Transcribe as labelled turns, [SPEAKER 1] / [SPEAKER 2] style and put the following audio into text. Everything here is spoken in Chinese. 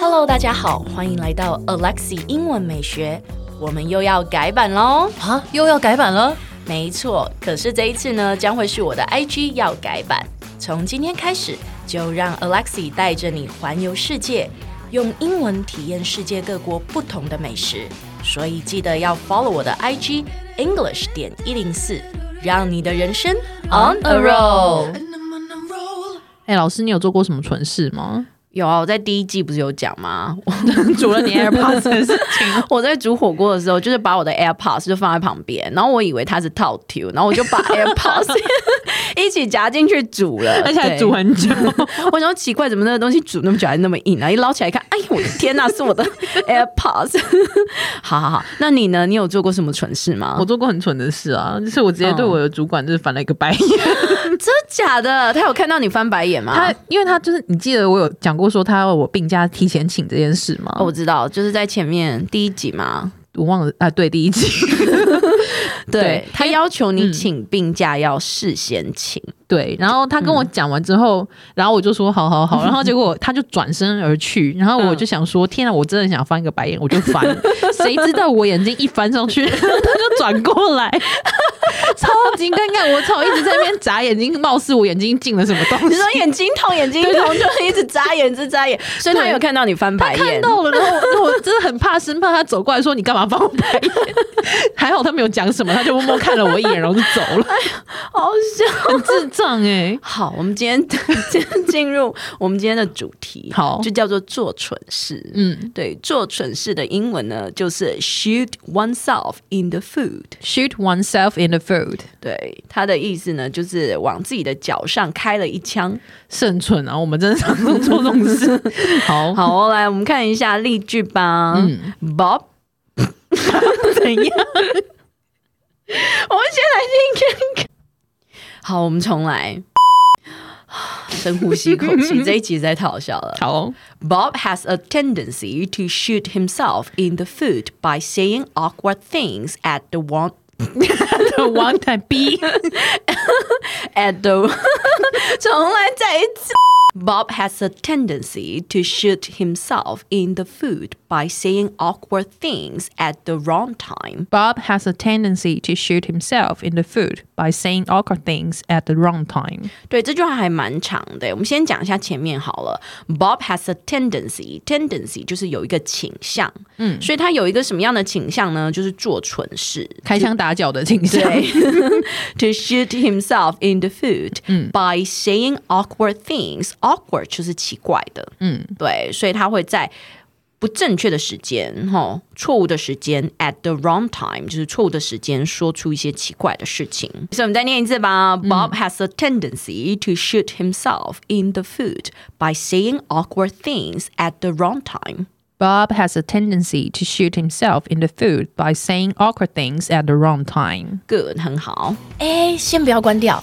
[SPEAKER 1] Hello，大家好，欢迎来到 Alexi 英文美学，我们又要改版喽。
[SPEAKER 2] 啊，又要改版了？
[SPEAKER 1] 没错，可是这一次呢，将会是我的 IG 要改版。从今天开始，就让 Alexi 带着你环游世界，用英文体验世界各国不同的美食。所以记得要 follow 我的 IG English 点一零四，让你的人生 on a roll。
[SPEAKER 2] 哎、老师，你有做过什么蠢事 吗？
[SPEAKER 1] 有啊，我在第一季不是有讲吗？
[SPEAKER 2] 除了你 AirPods 的事情，
[SPEAKER 1] 我在煮火锅的时候，就是把我的 AirPods 就放在旁边，然后我以为它是套 Q，然后我就 把 AirPods 一起夹进去煮了，
[SPEAKER 2] 而且还煮
[SPEAKER 1] 对。
[SPEAKER 2] 很 久。
[SPEAKER 1] 我想说奇怪，怎么那个东西煮那么久还那么硬啊？一捞起来看，哎呦我的天呐，是我 的 AirPods。好好好，那你呢？你有做过什么蠢事吗？
[SPEAKER 2] 我做过很蠢的事啊，就是我直接对我的主管就是翻了一个白眼。啊
[SPEAKER 1] 真的假的？他有看到你翻白眼吗？
[SPEAKER 2] 他，因为他就是你记得我有讲过说他要我病假提前请这件事吗？
[SPEAKER 1] 哦，我知道，就是在前面第一集嘛，
[SPEAKER 2] 我忘了啊，对，第一集，对
[SPEAKER 1] 他要求你请病假要事先请，
[SPEAKER 2] 对。然后他跟我讲完之后，然后我就说好好好， 然后结果他就转身而去，然后我就想说天啊，我真的想翻一个白眼，我就翻， 谁知道我眼睛一翻上去，他 就转过 来。超级尴尬，我操！一直在那边眨眼睛，貌似我眼睛进了什么东
[SPEAKER 1] 你
[SPEAKER 2] 西。
[SPEAKER 1] 说眼睛痛，眼睛痛，就一直眨眼，一直眨眼，所以他有看到你翻白眼
[SPEAKER 2] 看。到了，然后我我真的很怕，生怕他走过来说你干嘛翻我白眼。 还好他没有讲什么，他就默默看了我一眼，然后就走了。
[SPEAKER 1] 好笑。
[SPEAKER 2] 很智障哎、
[SPEAKER 1] 好，我们今天 今天进入我们今天的主题，
[SPEAKER 2] 好
[SPEAKER 1] 就叫做做蠢事。
[SPEAKER 2] 嗯
[SPEAKER 1] 对，做蠢事的英文呢，就是 shoot oneself in the food。
[SPEAKER 2] ，shoot oneself in the food，
[SPEAKER 1] 对，它的意思呢，就是往自己的脚上开了一枪。
[SPEAKER 2] 甚蠢啊！我们真的常常做这种 事。好，
[SPEAKER 1] 好，来我们看一下例句吧。Bob，
[SPEAKER 2] 怎样？
[SPEAKER 1] 我们先来听看看。好，我们重来。深呼吸一口气，这一集实在太好笑了。
[SPEAKER 2] 好，
[SPEAKER 1] Bob has a tendency to shoot himself in the foot by saying awkward things at the one
[SPEAKER 2] the one time B，
[SPEAKER 1] at the 重来再一次。Bob has a tendency to shoot himself in the foot by saying awkward things at the wrong time.
[SPEAKER 2] Bob has a tendency to shoot himself in the foot by saying awkward things at the wrong time.
[SPEAKER 1] 对，这句话还蛮长的。我们先讲一下前面好了。Bob has a tendency，tendency 就是有一个倾向，嗯，所以他有一个什么样的倾向呢？就是做蠢事，
[SPEAKER 2] 开枪打脚的倾向。
[SPEAKER 1] 对 ，to shoot himself in the foot、by saying awkward things. Awkward 就是奇怪的，嗯，对，所以他会在不正确的时间，哈，错误的时间 at the wrong time，就是错误的时间说出一些奇怪的事情。所以我们再念一次吧。Bob has a tendency to shoot himself in the foot by saying awkward things at the wrong time.
[SPEAKER 2] Bob has a tendency to shoot himself in the foot by saying awkward things at the wrong time.
[SPEAKER 1] Good，很好。哎，先不要关掉，